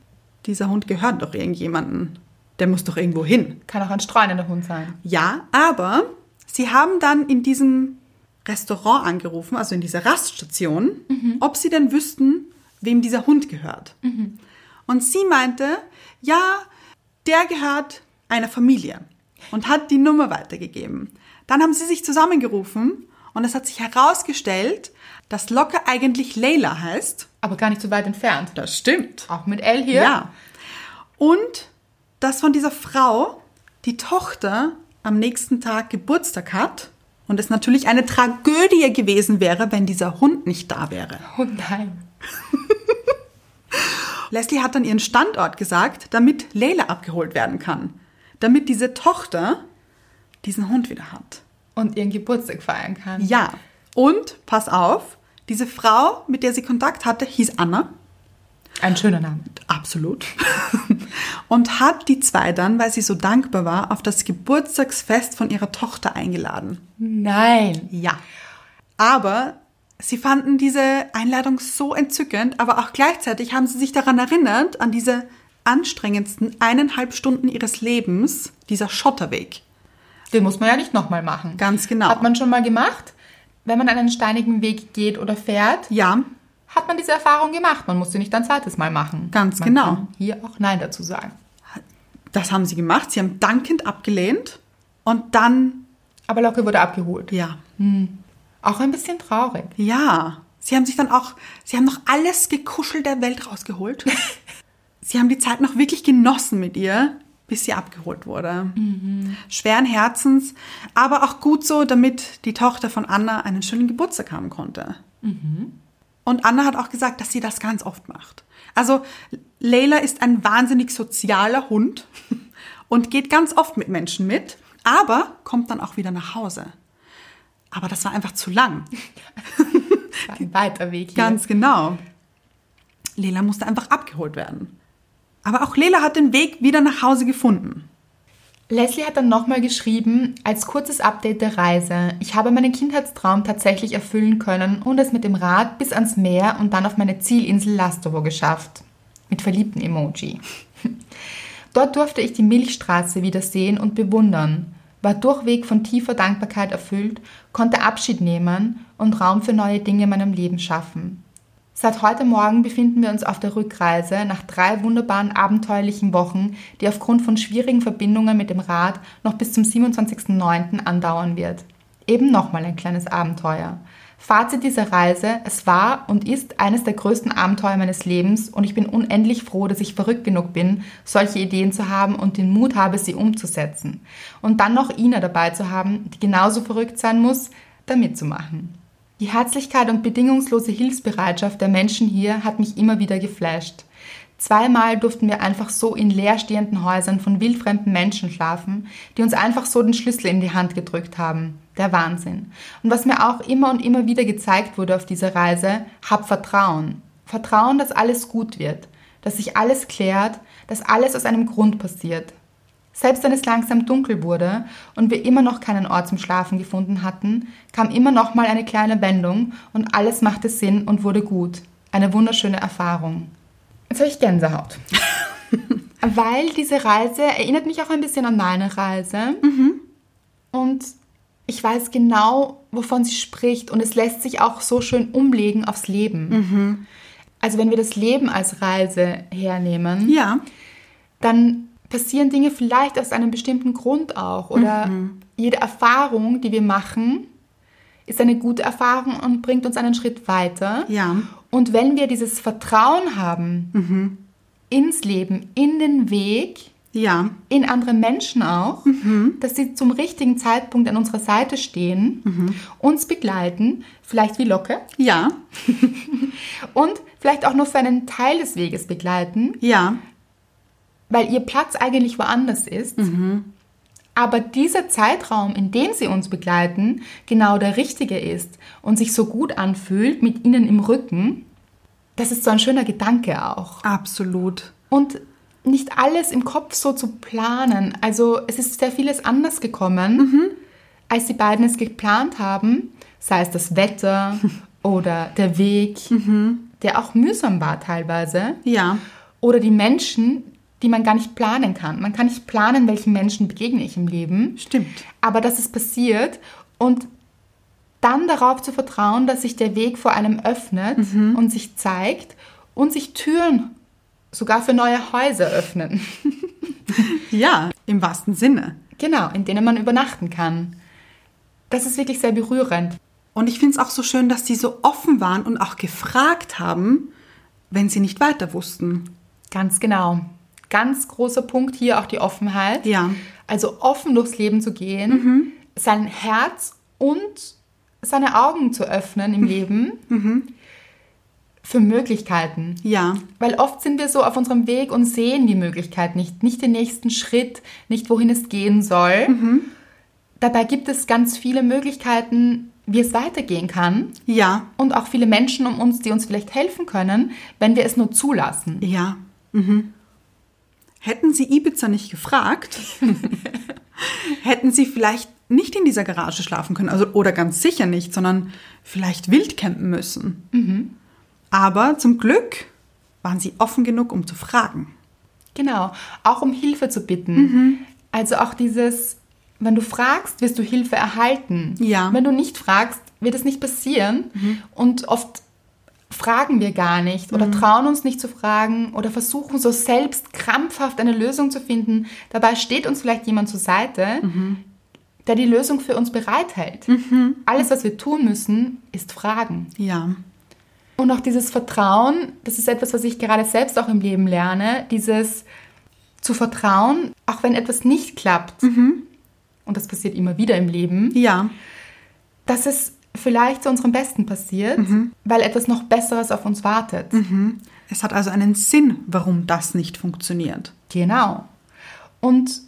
B: dieser Hund gehört doch irgendjemanden. Der muss doch irgendwo hin.
A: Kann auch ein streunender Hund sein.
B: Ja, aber sie haben dann in diesem Restaurant angerufen, also in dieser Raststation, ob sie denn wüssten, wem dieser Hund gehört. Und sie meinte, ja, der gehört einer Familie und hat die Nummer weitergegeben. Dann haben sie sich zusammengerufen und es hat sich herausgestellt, dass Locker eigentlich Leila heißt.
A: Aber gar nicht so weit entfernt.
B: Das stimmt.
A: Auch mit L hier.
B: Ja. Und dass von dieser Frau die Tochter am nächsten Tag Geburtstag hat und es natürlich eine Tragödie gewesen wäre, wenn dieser Hund nicht da wäre.
A: Oh nein.
B: Leslie hat dann ihren Standort gesagt, damit Leila abgeholt werden kann. Damit diese Tochter diesen Hund wieder hat.
A: Und ihren Geburtstag feiern kann.
B: Ja. Und, pass auf, diese Frau, mit der sie Kontakt hatte, hieß Anna.
A: Ein schöner Name.
B: Absolut. Und hat die zwei dann, weil sie so dankbar war, auf das Geburtstagsfest von ihrer Tochter eingeladen.
A: Nein.
B: Ja. Aber sie fanden diese Einladung so entzückend, aber auch gleichzeitig haben sie sich daran erinnert, an diese anstrengendsten eineinhalb Stunden ihres Lebens, dieser Schotterweg.
A: Den muss man ja nicht nochmal machen.
B: Ganz genau.
A: Hat man schon mal gemacht. Wenn man einen steinigen Weg geht oder fährt,
B: Ja,
A: hat man diese Erfahrung gemacht. Man muss sie nicht ein zweites Mal machen.
B: Ganz
A: man
B: genau.
A: Kann hier auch Nein dazu sagen.
B: das haben sie gemacht. Sie haben dankend abgelehnt und dann,
A: Aber Locke wurde abgeholt.
B: ja,
A: Auch ein bisschen traurig.
B: Ja, sie haben sich dann auch, sie haben noch alles Gekuschel der Welt rausgeholt. sie haben die Zeit noch wirklich genossen mit ihr, bis sie abgeholt wurde. Schweren Herzens, aber auch gut so, damit die Tochter von Anna einen schönen Geburtstag haben konnte. Und Anna hat auch gesagt, dass sie das ganz oft macht. Also Leila ist ein wahnsinnig sozialer Hund und geht ganz oft mit Menschen mit, aber kommt dann auch wieder nach Hause. Aber das war einfach zu lang.
A: War Ein weiter Weg hier.
B: Ganz genau. Lela musste einfach abgeholt werden. Aber auch Lela hat den Weg wieder nach Hause gefunden.
A: Leslie hat dann nochmal geschrieben, als kurzes Update der Reise. Ich habe meinen Kindheitstraum tatsächlich erfüllen können und es mit dem Rad bis ans Meer und dann auf meine Zielinsel Lastovo geschafft. Mit verliebten Emoji. Dort durfte ich die Milchstraße wieder sehen und bewundern, war durchweg von tiefer Dankbarkeit erfüllt, konnte Abschied nehmen und Raum für neue Dinge in meinem Leben schaffen. Seit heute Morgen befinden wir uns auf der Rückreise nach drei wunderbaren abenteuerlichen Wochen, die aufgrund von schwierigen Verbindungen mit dem Rad noch bis zum 27.09. andauern wird. Eben nochmal ein kleines Abenteuer. Fazit dieser Reise, es war und ist eines der größten Abenteuer meines Lebens und ich bin unendlich froh, dass ich verrückt genug bin, solche Ideen zu haben und den Mut habe, sie umzusetzen. Und dann noch Ina dabei zu haben, die genauso verrückt sein muss, da mitzumachen. Die Herzlichkeit und bedingungslose Hilfsbereitschaft der Menschen hier hat mich immer wieder geflasht. Zweimal durften wir einfach so in leerstehenden Häusern von wildfremden Menschen schlafen, die uns einfach so den Schlüssel in die Hand gedrückt haben. Der Wahnsinn. Und was mir auch immer und immer wieder gezeigt wurde auf dieser Reise, hab Vertrauen. Vertrauen, dass alles gut wird, dass sich alles klärt, dass alles aus einem Grund passiert. Selbst wenn es langsam dunkel wurde und wir immer noch keinen Ort zum Schlafen gefunden hatten, kam immer noch mal eine kleine Wendung und alles machte Sinn und wurde gut. Eine wunderschöne Erfahrung. Jetzt habe ich Gänsehaut. Weil diese Reise erinnert mich auch ein bisschen an meine Reise. Und ich weiß genau, wovon sie spricht. Und es lässt sich auch so schön umlegen aufs Leben. Also wenn wir das Leben als Reise hernehmen,
B: Ja,
A: dann passieren Dinge vielleicht aus einem bestimmten Grund auch. Oder jede Erfahrung, die wir machen, ist eine gute Erfahrung und bringt uns einen Schritt weiter.
B: Ja.
A: Und wenn wir dieses Vertrauen haben ins Leben, in den Weg,
B: ja,
A: in andere Menschen auch, dass sie zum richtigen Zeitpunkt an unserer Seite stehen, uns begleiten, vielleicht wie Locke,
B: ja,
A: und vielleicht auch nur für einen Teil des Weges begleiten,
B: ja,
A: weil ihr Platz eigentlich woanders ist. Aber dieser Zeitraum, in dem sie uns begleiten, genau der richtige ist und sich so gut anfühlt mit ihnen im Rücken, das ist so ein schöner Gedanke auch.
B: absolut.
A: Und nicht alles im Kopf so zu planen. Also es ist sehr vieles anders gekommen, als die beiden es geplant haben, sei es das Wetter oder der Weg, der auch mühsam war teilweise
B: Ja,
A: oder die Menschen, die man gar nicht planen kann. Man kann nicht planen, welchen Menschen begegne ich im Leben.
B: stimmt.
A: Aber dass es passiert und dann darauf zu vertrauen, dass sich der Weg vor einem öffnet und sich zeigt und sich Türen sogar für neue Häuser öffnen.
B: Ja, im wahrsten Sinne.
A: Genau, in denen man übernachten kann. Das ist wirklich sehr berührend.
B: Und ich finde es auch so schön, dass die so offen waren und auch gefragt haben, wenn sie nicht weiter wussten.
A: Ganz genau. Ganz großer Punkt hier auch die Offenheit.
B: Ja.
A: Also offen durchs Leben zu gehen, sein Herz und seine Augen zu öffnen im Leben für Möglichkeiten.
B: Ja,
A: Weil oft sind wir so auf unserem Weg und sehen die Möglichkeit nicht, nicht den nächsten Schritt, nicht wohin es gehen soll. Dabei gibt es ganz viele Möglichkeiten, wie es weitergehen kann
B: ja,
A: und auch viele Menschen um uns, die uns vielleicht helfen können, wenn wir es nur zulassen.
B: ja. Mhm. Hätten sie Ibiza nicht gefragt, hätten sie vielleicht nicht in dieser Garage schlafen können. Also, oder ganz sicher nicht, sondern vielleicht wild campen müssen. Aber zum Glück waren sie offen genug, um zu fragen.
A: Genau, auch um Hilfe zu bitten. Also auch dieses, wenn du fragst, wirst du Hilfe erhalten.
B: Ja.
A: Wenn du nicht fragst, wird es nicht passieren. Und oft fragen wir gar nicht oder trauen uns nicht zu fragen oder versuchen so selbst krampfhaft eine Lösung zu finden. Dabei steht uns vielleicht jemand zur Seite, der die Lösung für uns bereithält. Alles, was wir tun müssen, ist fragen.
B: Ja,
A: Und auch dieses Vertrauen, das ist etwas, was ich gerade selbst auch im Leben lerne, dieses zu vertrauen, auch wenn etwas nicht klappt, und das passiert immer wieder im Leben,
B: ja,
A: dass es vielleicht zu unserem Besten passiert, weil etwas noch Besseres auf uns wartet.
B: Es hat also einen Sinn, warum das nicht funktioniert.
A: Genau. Und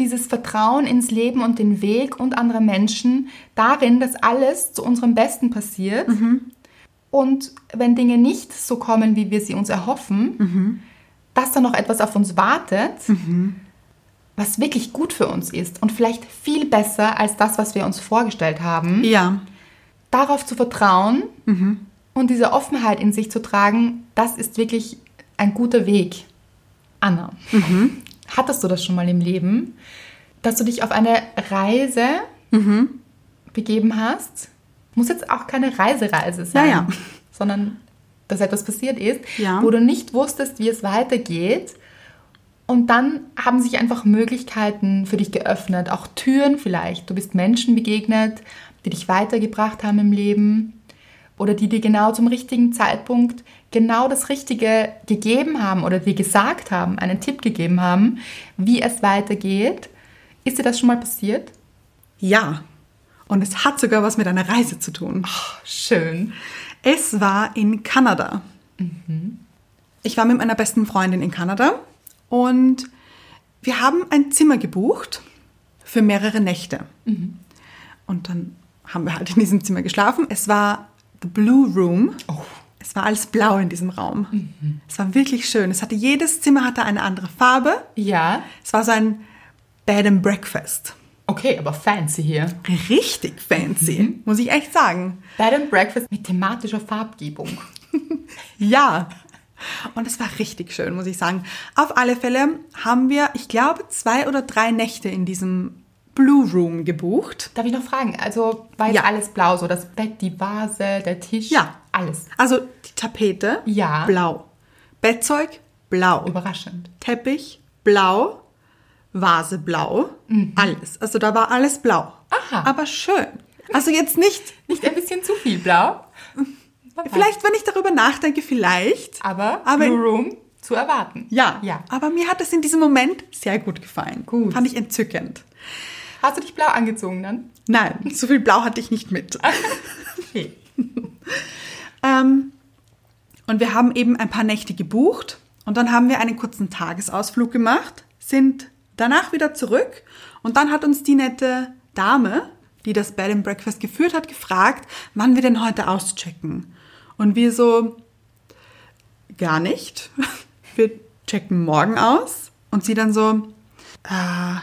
A: dieses Vertrauen ins Leben und den Weg und andere Menschen, darin, dass alles zu unserem Besten passiert. Und wenn Dinge nicht so kommen, wie wir sie uns erhoffen, dass da noch etwas auf uns wartet, was wirklich gut für uns ist und vielleicht viel besser als das, was wir uns vorgestellt haben
B: Ja,
A: darauf zu vertrauen
B: Mhm.
A: und diese Offenheit in sich zu tragen, das ist wirklich ein guter Weg. Anna,
B: Mhm.
A: hattest du das schon mal im Leben, dass du dich auf eine Reise
B: Mhm.
A: begeben hast? Muss jetzt auch keine Reisereise sein,
B: Ja, ja.
A: sondern dass etwas passiert ist,
B: Ja.
A: wo du nicht wusstest, wie es weitergeht. Und dann haben sich einfach Möglichkeiten für dich geöffnet, auch Türen vielleicht. Du bist Menschen begegnet, die dich weitergebracht haben im Leben oder die dir genau zum richtigen Zeitpunkt genau das Richtige gegeben haben oder dir gesagt haben, einen Tipp gegeben haben, wie es weitergeht. Ist dir das schon mal passiert?
B: ja. Und es hat sogar was mit einer Reise zu tun.
A: Ah, Schön.
B: Es war in Kanada. Ich war mit meiner besten Freundin in Kanada und wir haben ein Zimmer gebucht für mehrere Nächte. Und dann haben wir halt in diesem Zimmer geschlafen. Es war The Blue Room. Es war alles blau in diesem Raum. Es war wirklich schön. Es hatte jedes Zimmer hatte eine andere Farbe.
A: Ja.
B: Es war so ein Bed and Breakfast.
A: Okay, aber fancy hier.
B: Richtig fancy, muss ich echt sagen.
A: Bed and Breakfast mit thematischer Farbgebung.
B: Ja. Und es war richtig schön, muss ich sagen. Auf alle Fälle haben wir, ich glaube, zwei oder drei Nächte in diesem Blue Room gebucht.
A: Darf ich noch fragen? Also war jetzt
B: Ja.
A: alles blau, so das Bett, die Vase, der Tisch,
B: Ja.
A: alles.
B: Also die Tapete,
A: Ja.
B: blau. Bettzeug, blau.
A: Überraschend.
B: Teppich, blau. Vase, blau. Alles. Also da war alles blau.
A: Mhm. Aha.
B: Aber schön. Also jetzt nicht,
A: Nicht ein bisschen zu viel blau,
B: vielleicht, wenn ich darüber nachdenke, vielleicht.
A: aber,
B: Aber-
A: Blue Room zu erwarten.
B: Ja,
A: ja.
B: aber mir hat es in diesem Moment sehr gut gefallen.
A: Gut.
B: Fand ich entzückend.
A: Hast du dich blau angezogen dann?
B: Nein, so viel Blau hatte ich nicht mit.
A: Okay.
B: Ähm, und wir haben eben ein paar Nächte gebucht und dann haben wir einen kurzen Tagesausflug gemacht, sind danach wieder zurück und dann hat uns die nette Dame, die das Bed and Breakfast geführt hat, gefragt, wann wir denn heute auschecken. Und wir so, gar nicht. Wir checken morgen aus. Und sie dann so, äh,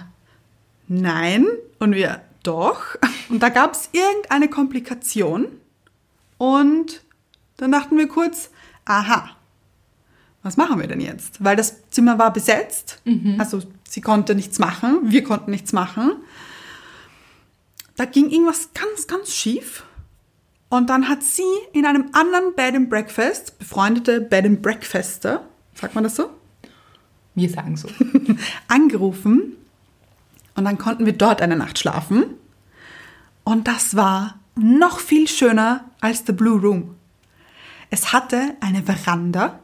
B: nein. Und wir, doch. Und da gab es irgendeine Komplikation. Und dann dachten wir kurz, aha, was machen wir denn jetzt? Weil das Zimmer war besetzt, also sie konnte nichts machen, wir konnten nichts machen. Da ging irgendwas ganz, ganz schief Und dann hat sie in einem anderen Bed and Breakfast, befreundete Bed and Breakfaster, sagt man das so?
A: Wir sagen so.
B: angerufen und dann konnten wir dort eine Nacht schlafen. Und das war noch viel schöner als The Blue Room. Es hatte eine Veranda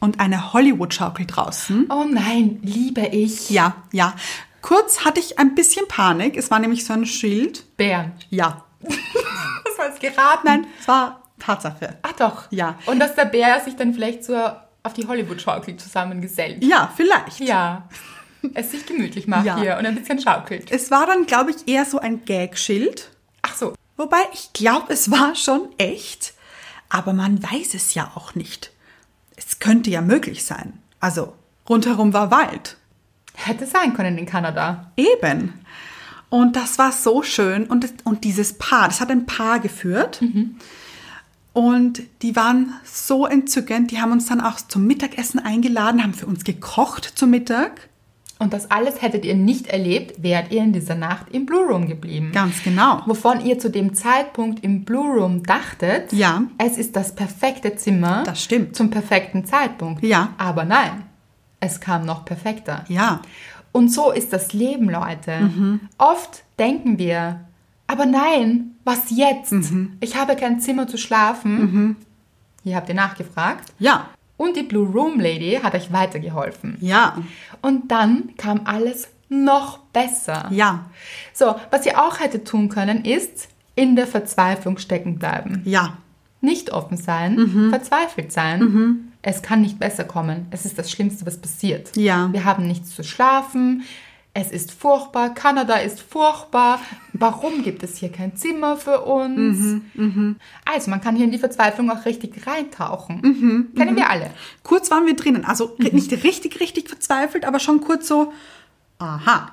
B: und eine Hollywood-Schaukel draußen.
A: Oh nein, liebe ich.
B: Ja, ja. Kurz hatte ich ein bisschen Panik. Es war nämlich so ein Schild.
A: Bär.
B: Ja.
A: Das war jetzt geraten.
B: Nein, es war Tatsache.
A: Ach Ah, doch.
B: Ja.
A: Und dass der Bär sich dann vielleicht zur, auf die Hollywood-Schaukel zusammengesellt.
B: Ja, vielleicht.
A: Ja. Es sich gemütlich macht
B: Ja.
A: hier und ein bisschen schaukelt.
B: Es war dann, glaube ich, eher so ein Gag-Schild.
A: Ach so.
B: Wobei ich glaube, es war schon echt, aber man weiß es ja auch nicht. Es könnte ja möglich sein. Also, rundherum war Wald.
A: Hätte sein können in Kanada.
B: Eben. Und das war so schön. Und, das- und dieses Paar, das hat ein Paar geführt. Und die waren so entzückend. Die haben uns dann auch zum Mittagessen eingeladen, haben für uns gekocht zum Mittag.
A: Und das alles hättet ihr nicht erlebt, wärt ihr in dieser Nacht im Blue Room geblieben.
B: Ganz genau.
A: Wovon ihr zu dem Zeitpunkt im Blue Room dachtet,
B: Ja.
A: es ist das perfekte Zimmer
B: Das stimmt.
A: zum perfekten Zeitpunkt.
B: Ja.
A: Aber nein, es kam noch perfekter.
B: Ja. Mhm.
A: Und so ist das Leben, Leute. Oft denken wir, aber nein, was jetzt?
B: Mhm.
A: Ich habe kein Zimmer zu schlafen. Hier habt ihr nachgefragt.
B: Ja.
A: Und die Blue Room Lady hat euch weitergeholfen.
B: Ja.
A: Und dann kam alles noch besser.
B: Ja.
A: So, was ihr auch hättet tun können, ist in der Verzweiflung stecken bleiben.
B: Ja. Mhm.
A: Nicht offen sein, verzweifelt sein. Es kann nicht besser kommen. Es ist das Schlimmste, was passiert.
B: Ja.
A: Wir haben nichts zu schlafen. Es ist furchtbar. Kanada ist furchtbar. Warum gibt es hier kein Zimmer für uns?
B: Mhm.
A: Also, man kann hier in die Verzweiflung auch richtig reintauchen.
B: Mhm.
A: Kennen wir alle.
B: Kurz waren wir drinnen. Also ri- nicht richtig, richtig verzweifelt, aber schon kurz so, aha.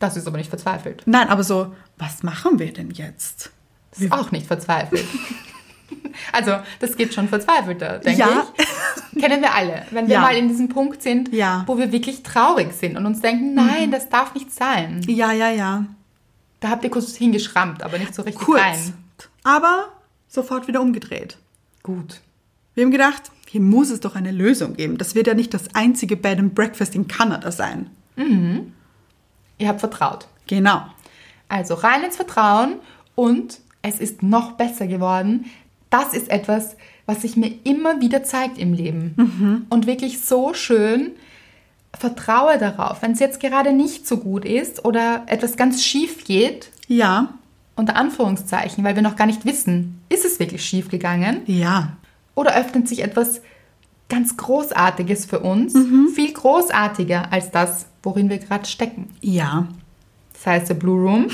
A: Das ist aber nicht verzweifelt.
B: Nein, aber so, was machen wir denn jetzt?
A: Das ist auch nicht verzweifelt. Also, das geht schon verzweifelter, denke
B: Ja.
A: ich. Kennen wir alle. Wenn wir
B: Ja.
A: mal in diesem Punkt sind,
B: Ja. Mhm.
A: wo wir wirklich traurig sind und uns denken, nein, das darf nicht sein.
B: Ja, ja, ja.
A: Da habt ihr kurz hingeschrammt, aber nicht so richtig
B: Kurz.
A: rein.
B: Aber sofort wieder umgedreht.
A: Gut.
B: Wir haben gedacht, hier muss es doch eine Lösung geben. Das wird ja nicht das einzige Bed and Breakfast in Kanada sein.
A: Ihr habt vertraut.
B: Genau.
A: Also rein ins Vertrauen und es ist noch besser geworden. Das ist etwas, was sich mir immer wieder zeigt im Leben. Und wirklich so schön. Vertraue darauf, wenn es jetzt gerade nicht so gut ist oder etwas ganz schief geht,
B: Ja.
A: unter Anführungszeichen, weil wir noch gar nicht wissen, ist es wirklich schief gegangen
B: Ja.
A: oder öffnet sich etwas ganz Großartiges für uns, viel großartiger als das, worin wir gerade stecken
B: Ja.
A: das heißt der Blue Room,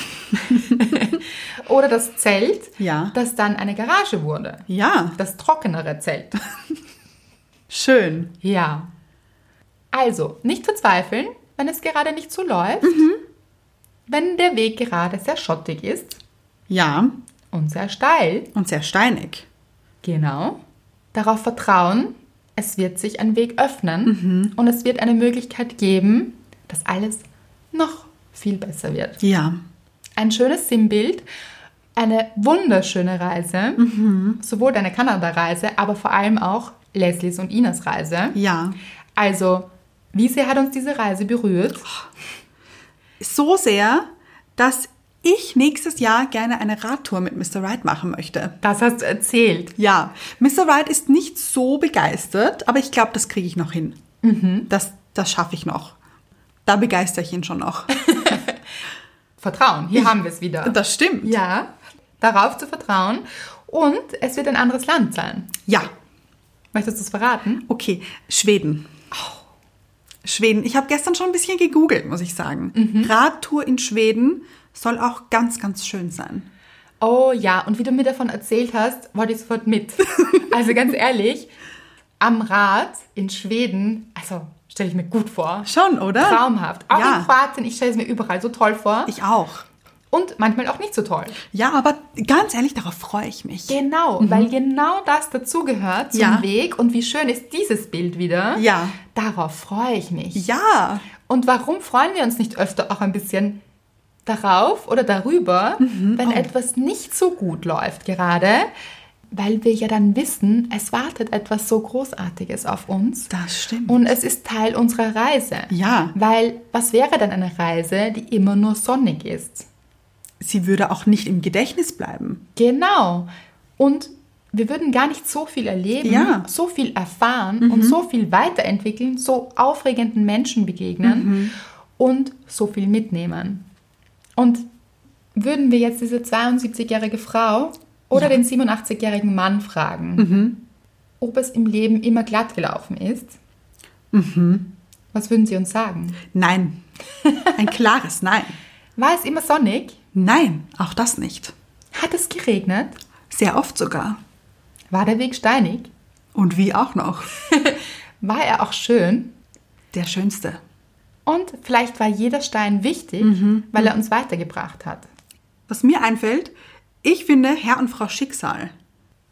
A: oder das Zelt,
B: Ja.
A: das dann eine Garage wurde.
B: Ja.
A: Das trockenere Zelt.
B: Schön.
A: Ja. Also, nicht verzweifeln, wenn es gerade nicht so läuft, wenn der Weg gerade sehr schottig ist
B: Ja.
A: und sehr steil.
B: Und sehr steinig.
A: Genau. Darauf vertrauen, es wird sich ein Weg öffnen und es wird eine Möglichkeit geben, dass alles noch viel besser wird.
B: Ja.
A: ein schönes Sinnbild, eine wunderschöne Reise, sowohl deine Kanada-Reise, aber vor allem auch Leslies und Inas Reise.
B: Ja.
A: Also, wie sehr hat uns diese Reise berührt?
B: So sehr, dass ich nächstes Jahr gerne eine Radtour mit Mr. Wright machen möchte.
A: Das hast du erzählt.
B: Ja. Mr. Wright ist nicht so begeistert, aber ich glaube, das kriege ich noch hin.
A: Mhm.
B: Das, das schaffe ich noch. Da begeistere ich ihn schon noch.
A: Vertrauen, hier haben wir es wieder.
B: Das stimmt.
A: Ja, darauf zu vertrauen. Und es wird ein anderes Land sein.
B: Ja.
A: Möchtest du es verraten?
B: Okay, Schweden. Schweden. Ich habe gestern schon ein bisschen gegoogelt, muss ich sagen.
A: Mhm.
B: Radtour in Schweden soll auch ganz, ganz schön sein.
A: Oh ja, und wie du mir davon erzählt hast, wollte ich sofort mit. Also ganz ehrlich, am Rad in Schweden, also stelle ich mir gut vor.
B: Schon, oder?
A: Traumhaft. Auch
B: Ja.
A: in Kroatien, ich stelle es mir überall so toll vor.
B: Ich auch.
A: und manchmal auch nicht so toll.
B: Ja, aber ganz ehrlich, darauf freue ich mich.
A: Genau, weil genau das dazugehört zum
B: Ja.
A: Weg und wie schön ist dieses Bild wieder.
B: Ja.
A: Darauf freue ich mich.
B: Ja,
A: Und warum freuen wir uns nicht öfter auch ein bisschen darauf oder darüber, wenn etwas nicht so gut läuft gerade, weil wir ja dann wissen, es wartet etwas so Großartiges auf uns.
B: Das stimmt.
A: Und es ist Teil unserer Reise.
B: Ja.
A: Weil was wäre dann eine Reise, die immer nur sonnig ist?
B: Sie würde auch nicht im Gedächtnis bleiben.
A: Genau. Und wir würden gar nicht so viel erleben,
B: Ja.
A: so viel erfahren und so viel weiterentwickeln, so aufregenden Menschen begegnen und so viel mitnehmen. Und würden wir jetzt diese 72-jährige Frau oder den 87-jährigen Mann fragen, ob es im Leben immer glatt gelaufen ist, was würden sie uns sagen?
B: Nein. Ein klares Nein.
A: War es immer sonnig?
B: Nein, auch das nicht.
A: Hat es geregnet?
B: Sehr oft sogar.
A: War der Weg steinig?
B: Und wie auch noch.
A: War er auch schön?
B: Der schönste.
A: Und vielleicht war jeder Stein wichtig,
B: Mhm,
A: weil er uns weitergebracht hat.
B: Was mir einfällt, ich finde, Herr und Frau Schicksal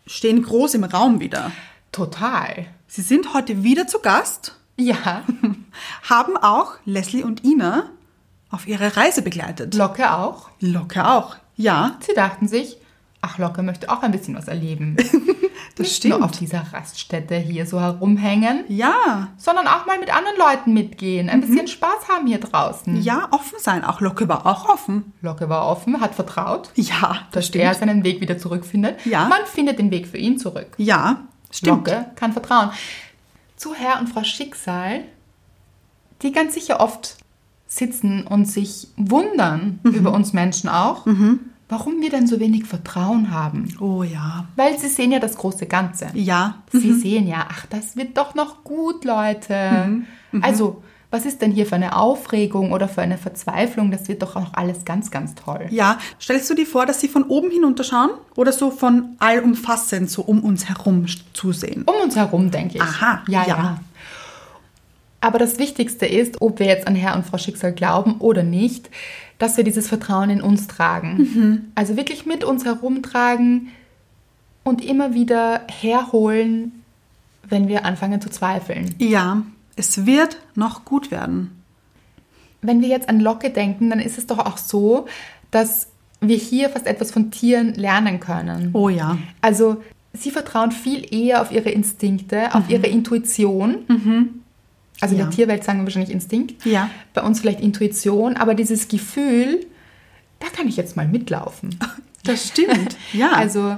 B: stehen groß im Raum wieder.
A: Total.
B: Sie sind heute wieder zu Gast,
A: Ja,
B: haben auch Leslie und Ina auf ihre Reise begleitet.
A: Locke auch.
B: Locker auch. Ja,
A: Sie dachten sich, ach, Locke möchte auch ein bisschen was erleben.
B: das
A: Nur auf
B: stimmt.
A: dieser Raststätte hier so herumhängen,
B: Ja,
A: sondern auch mal mit anderen Leuten mitgehen, ein bisschen Spaß haben hier draußen.
B: Mhm. ja, offen sein. Auch Locke war auch offen.
A: Locke war offen, hat vertraut,
B: Ja, das
A: dass er seinen Weg wieder zurückfindet.
B: Ja.
A: Man findet den Weg für ihn zurück.
B: Ja, stimmt.
A: Locke kann vertrauen. Zu Herr und Frau Schicksal, die ganz sicher oft sitzen und sich wundern
B: Mhm.
A: über uns Menschen auch, warum wir denn so wenig Vertrauen haben.
B: Oh ja.
A: Weil sie sehen ja das große Ganze.
B: Ja, Mhm.
A: Sie sehen ja, ach, das wird doch noch gut, Leute.
B: Mhm.
A: Also, was ist denn hier für eine Aufregung oder für eine Verzweiflung? Das wird doch auch noch alles ganz, ganz toll.
B: ja. Stellst du dir vor, dass sie von oben hinunterschauen oder so von allumfassend so um uns herum sch- zusehen?
A: Um uns herum, denke ich.
B: Aha,
A: ja, ja.
B: ja.
A: Aber das Wichtigste ist, ob wir jetzt an Herr und Frau Schicksal glauben oder nicht, dass wir dieses Vertrauen in uns tragen.
B: Mhm.
A: Also wirklich mit uns herumtragen und immer wieder herholen, wenn wir anfangen zu zweifeln.
B: Ja, es wird noch gut werden.
A: Wenn wir jetzt an Locke denken, dann ist es doch auch so, dass wir hier fast etwas von Tieren lernen können.
B: Oh ja.
A: Also sie vertrauen viel eher auf ihre Instinkte, auf ihre Intuition. Also in
B: Mhm. Ja.
A: der Tierwelt sagen wir wahrscheinlich Instinkt.
B: Ja.
A: Bei uns vielleicht Intuition, aber dieses Gefühl, da kann ich jetzt mal mitlaufen.
B: Das stimmt. Ja.
A: Also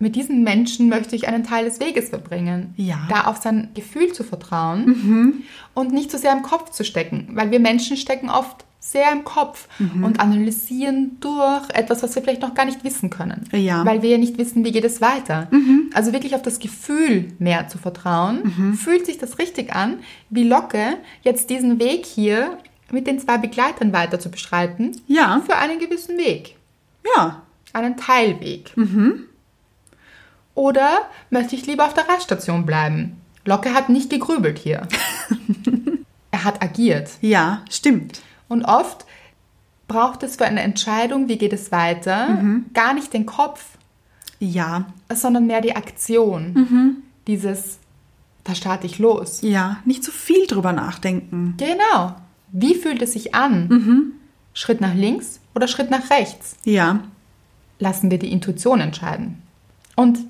A: mit diesen Menschen möchte ich einen Teil des Weges verbringen.
B: Ja. Mhm.
A: Da auf sein Gefühl zu vertrauen und nicht so sehr im Kopf zu stecken, weil wir Menschen stecken oft sehr im Kopf
B: Mhm.
A: und analysieren durch etwas, was wir vielleicht noch gar nicht wissen können.
B: Ja. Mhm.
A: Weil wir ja nicht wissen, wie geht es weiter. Also wirklich auf das Gefühl mehr zu vertrauen. Fühlt sich das richtig an, wie Locke jetzt diesen Weg hier mit den zwei Begleitern weiter zu beschreiten?
B: Ja.
A: Für einen gewissen Weg
B: ja.
A: einen Teilweg. Oder möchte ich lieber auf der Raststation bleiben? Locke hat nicht gegrübelt hier. er hat agiert.
B: Ja, stimmt.
A: Und oft braucht es für eine Entscheidung, wie geht es weiter, gar nicht den Kopf,
B: Ja,
A: sondern mehr die Aktion. Dieses, da starte ich los.
B: ja. Nicht so viel drüber nachdenken.
A: Genau. Wie fühlt es sich an? Schritt nach links oder Schritt nach rechts?
B: Ja.
A: lassen wir die Intuition entscheiden. Und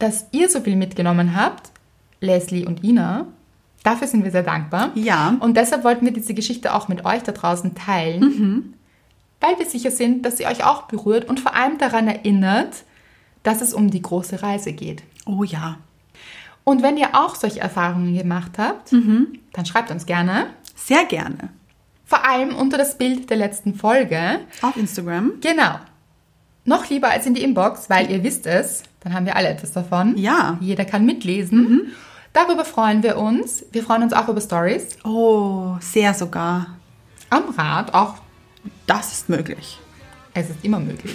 A: dass ihr so viel mitgenommen habt, Leslie und Ina, dafür sind wir sehr dankbar.
B: Ja.
A: Und deshalb wollten wir diese Geschichte auch mit euch da draußen teilen, weil wir sicher sind, dass sie euch auch berührt und vor allem daran erinnert, dass es um die große Reise geht.
B: Oh ja.
A: Und wenn ihr auch solche Erfahrungen gemacht habt, dann schreibt uns gerne.
B: Sehr gerne.
A: Vor allem unter das Bild der letzten Folge,
B: Auf Instagram.
A: Genau. Noch lieber als in die Inbox, weil ihr wisst es, dann haben wir alle etwas davon.
B: Ja.
A: Jeder kann mitlesen. Darüber freuen wir uns. Wir freuen uns auch über Stories
B: Oh, sehr sogar.
A: am Rad. Auch
B: Das ist möglich.
A: es ist immer möglich.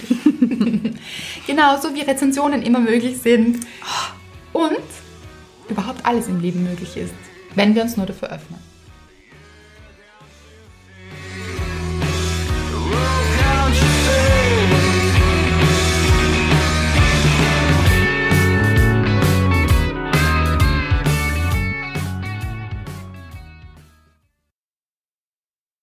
A: Genauso wie Rezensionen immer möglich sind und überhaupt alles im Leben möglich ist, wenn wir uns nur dafür öffnen.